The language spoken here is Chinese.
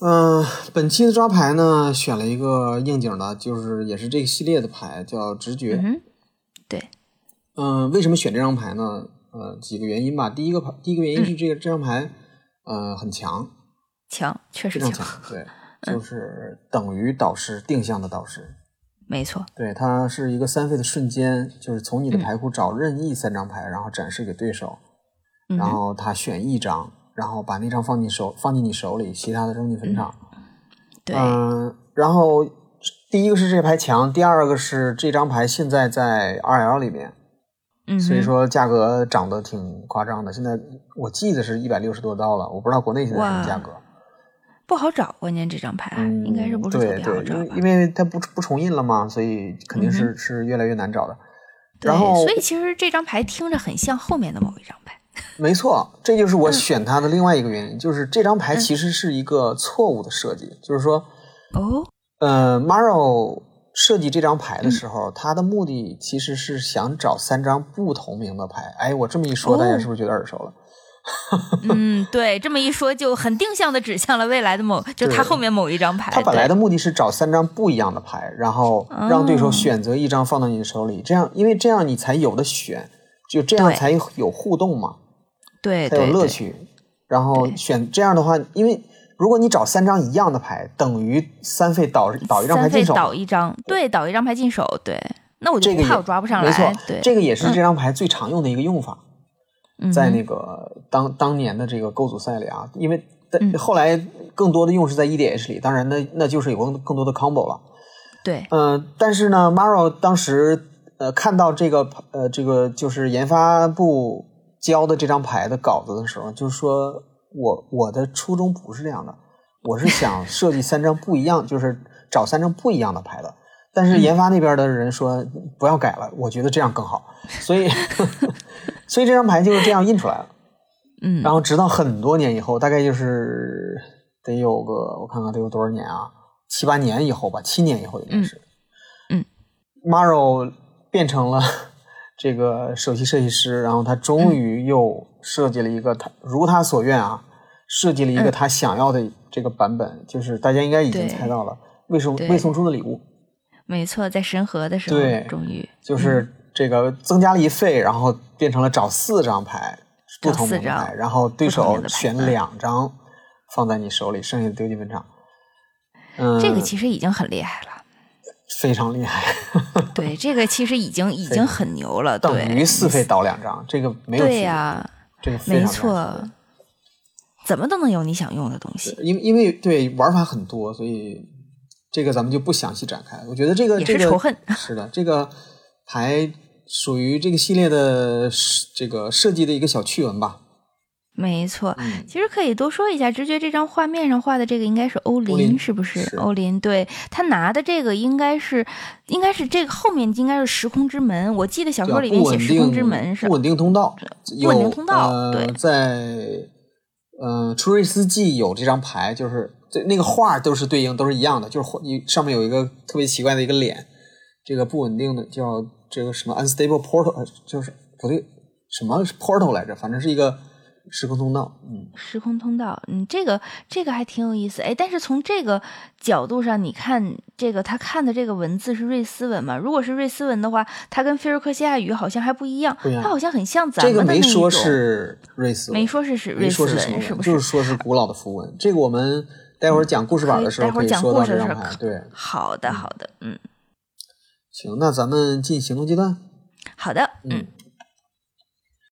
嗯、本期的抓牌呢，选了一个应景的，就是也是这个系列的牌，叫直觉。嗯哼，对，嗯，为什么选这张牌呢？呃，几个原因吧。第一个牌，第一个原嗯因是这个、这张牌，呃，很强，强，确非实常强，强。对，就是等于导师定向的导师。没错，对，它是一个三费的瞬间，就是从你的牌库找任意三张牌，然后展示给对手，嗯然哼，后他选一张，然后把那张放进手放进你手里，其他的扔嗯进坟场。对，嗯，然后第一个是这牌强，第二个是这张牌现在在 2L 里面，嗯哼，所以说价格涨得挺夸张的。现在我记得是一百六十多刀了，我不知道国内现在什么哇价格。不好找，关键这张牌、啊嗯，应该是不是特对别好对，找因为吧嗯因？为它不不重印了嘛，所以肯定是、是越来越难找的。对，然后所以其实这张牌听着很像后面的某一张牌，没错，这就是嗯我选它的另外一个原因，就是这张牌其实是一个错误的设计，就是说，哦，呃，Maro 设计这张牌的时嗯候，他的目的其实是想找三张不同名的牌。哎，我这么一说，哦大家是不是觉得耳熟了？ 嗯，对，这么一说就很定向的指向了未来的某，就对他后面某一张牌，他本来哎对哦的目的是找三张不一样的牌，然后让对手选择一张放到你的手里，这样，因为这样你才有的选，就这样对才有互动嘛。对才对有乐对趣。然后对选这样的话，因为如果你找三张一样的牌，等于三费倒倒一张牌三费进手，倒一张，对，倒一张牌进手，对，那我这就不个也怕我抓不上来，没错，对，这个也是这张牌最常用的一个用法，嗯在哼那个当当年的这个构组赛里啊，因为但嗯后来更多的用是在 EDH 里，当然那那就是有更更多的 combo 了。对，嗯、但是呢，Maro 当时呃看到这个呃这个就是研发部交的这张牌的稿子的时候，就说我我的初衷不是这样的，我是想设计三张不一样，就是找三张不一样的牌的。但嗯是研发那边的人说不要改了，我觉得这样更好，所以 所以这张牌就是这样印出来了。嗯然后直到很多年以后，大概就是得有个我看看得有多少年啊，七八年以后吧，七年以后应该是，嗯，Maro 变成了这个首席设计师，然后他嗯终于又设计了一个他、如他所愿啊，设计了一个他想要的这个版本，就是大家应该已经嗯对猜到了，未送对未送出的礼物没错，在神河的时对候，终于嗯就是这个增加了一费，然后变成了找四张牌。不找同名四的张牌，然后对不同手名的牌选嗯两张放在你手里，剩下的丢进坟场。嗯，这个其实已经很厉害了。非常厉害， 对，这个其实已经已经很牛了，等于对，四费倒两张，这个没有区对别呀、这个非常没厉害错，怎么都能有你想用的东西，因为因为对玩法很多，所以这个咱们就不详细展开。我觉得这个也是这个仇恨 是的，这个牌属于这个系列的这个设计的一个小趣闻吧。没错。嗯，其实可以多说一下，直觉这张画面上画的这个应该是欧林，欧林是不是？是欧林，对他拿的这个应该是，应该是这个后面应该是时空之门。我记得小叫说里啊不面稳写时空之门定是不稳定通道，有不稳定通道呃、对在呃《出瑞斯记》有这张牌，就是这那个画都是对应，都是一样的，就是画一上面有一个特别奇怪的一个脸，这个不稳定的叫这个什么 unstable portal，呃就是不对，什么 portal 来着？反正是一个时空通道。嗯，时空通道，嗯，这个这个还挺有意思，哎，但是从这个角度上，你看这个他看的这个文字是瑞斯文嘛？如果是瑞斯文的话，它跟菲尔克西亚语好像还不一样，不一样它好像很像咱这们个的那没一说种，是瑞斯文，没说是是没瑞斯说是文，什么是文，不嗯就是说是古老的符文。这个我们待会儿讲故事板的时候可以待会儿以讲说故到事这的张时候牌。可对，好的，好的，嗯，行，那咱们进行动阶段。好的，嗯嗯，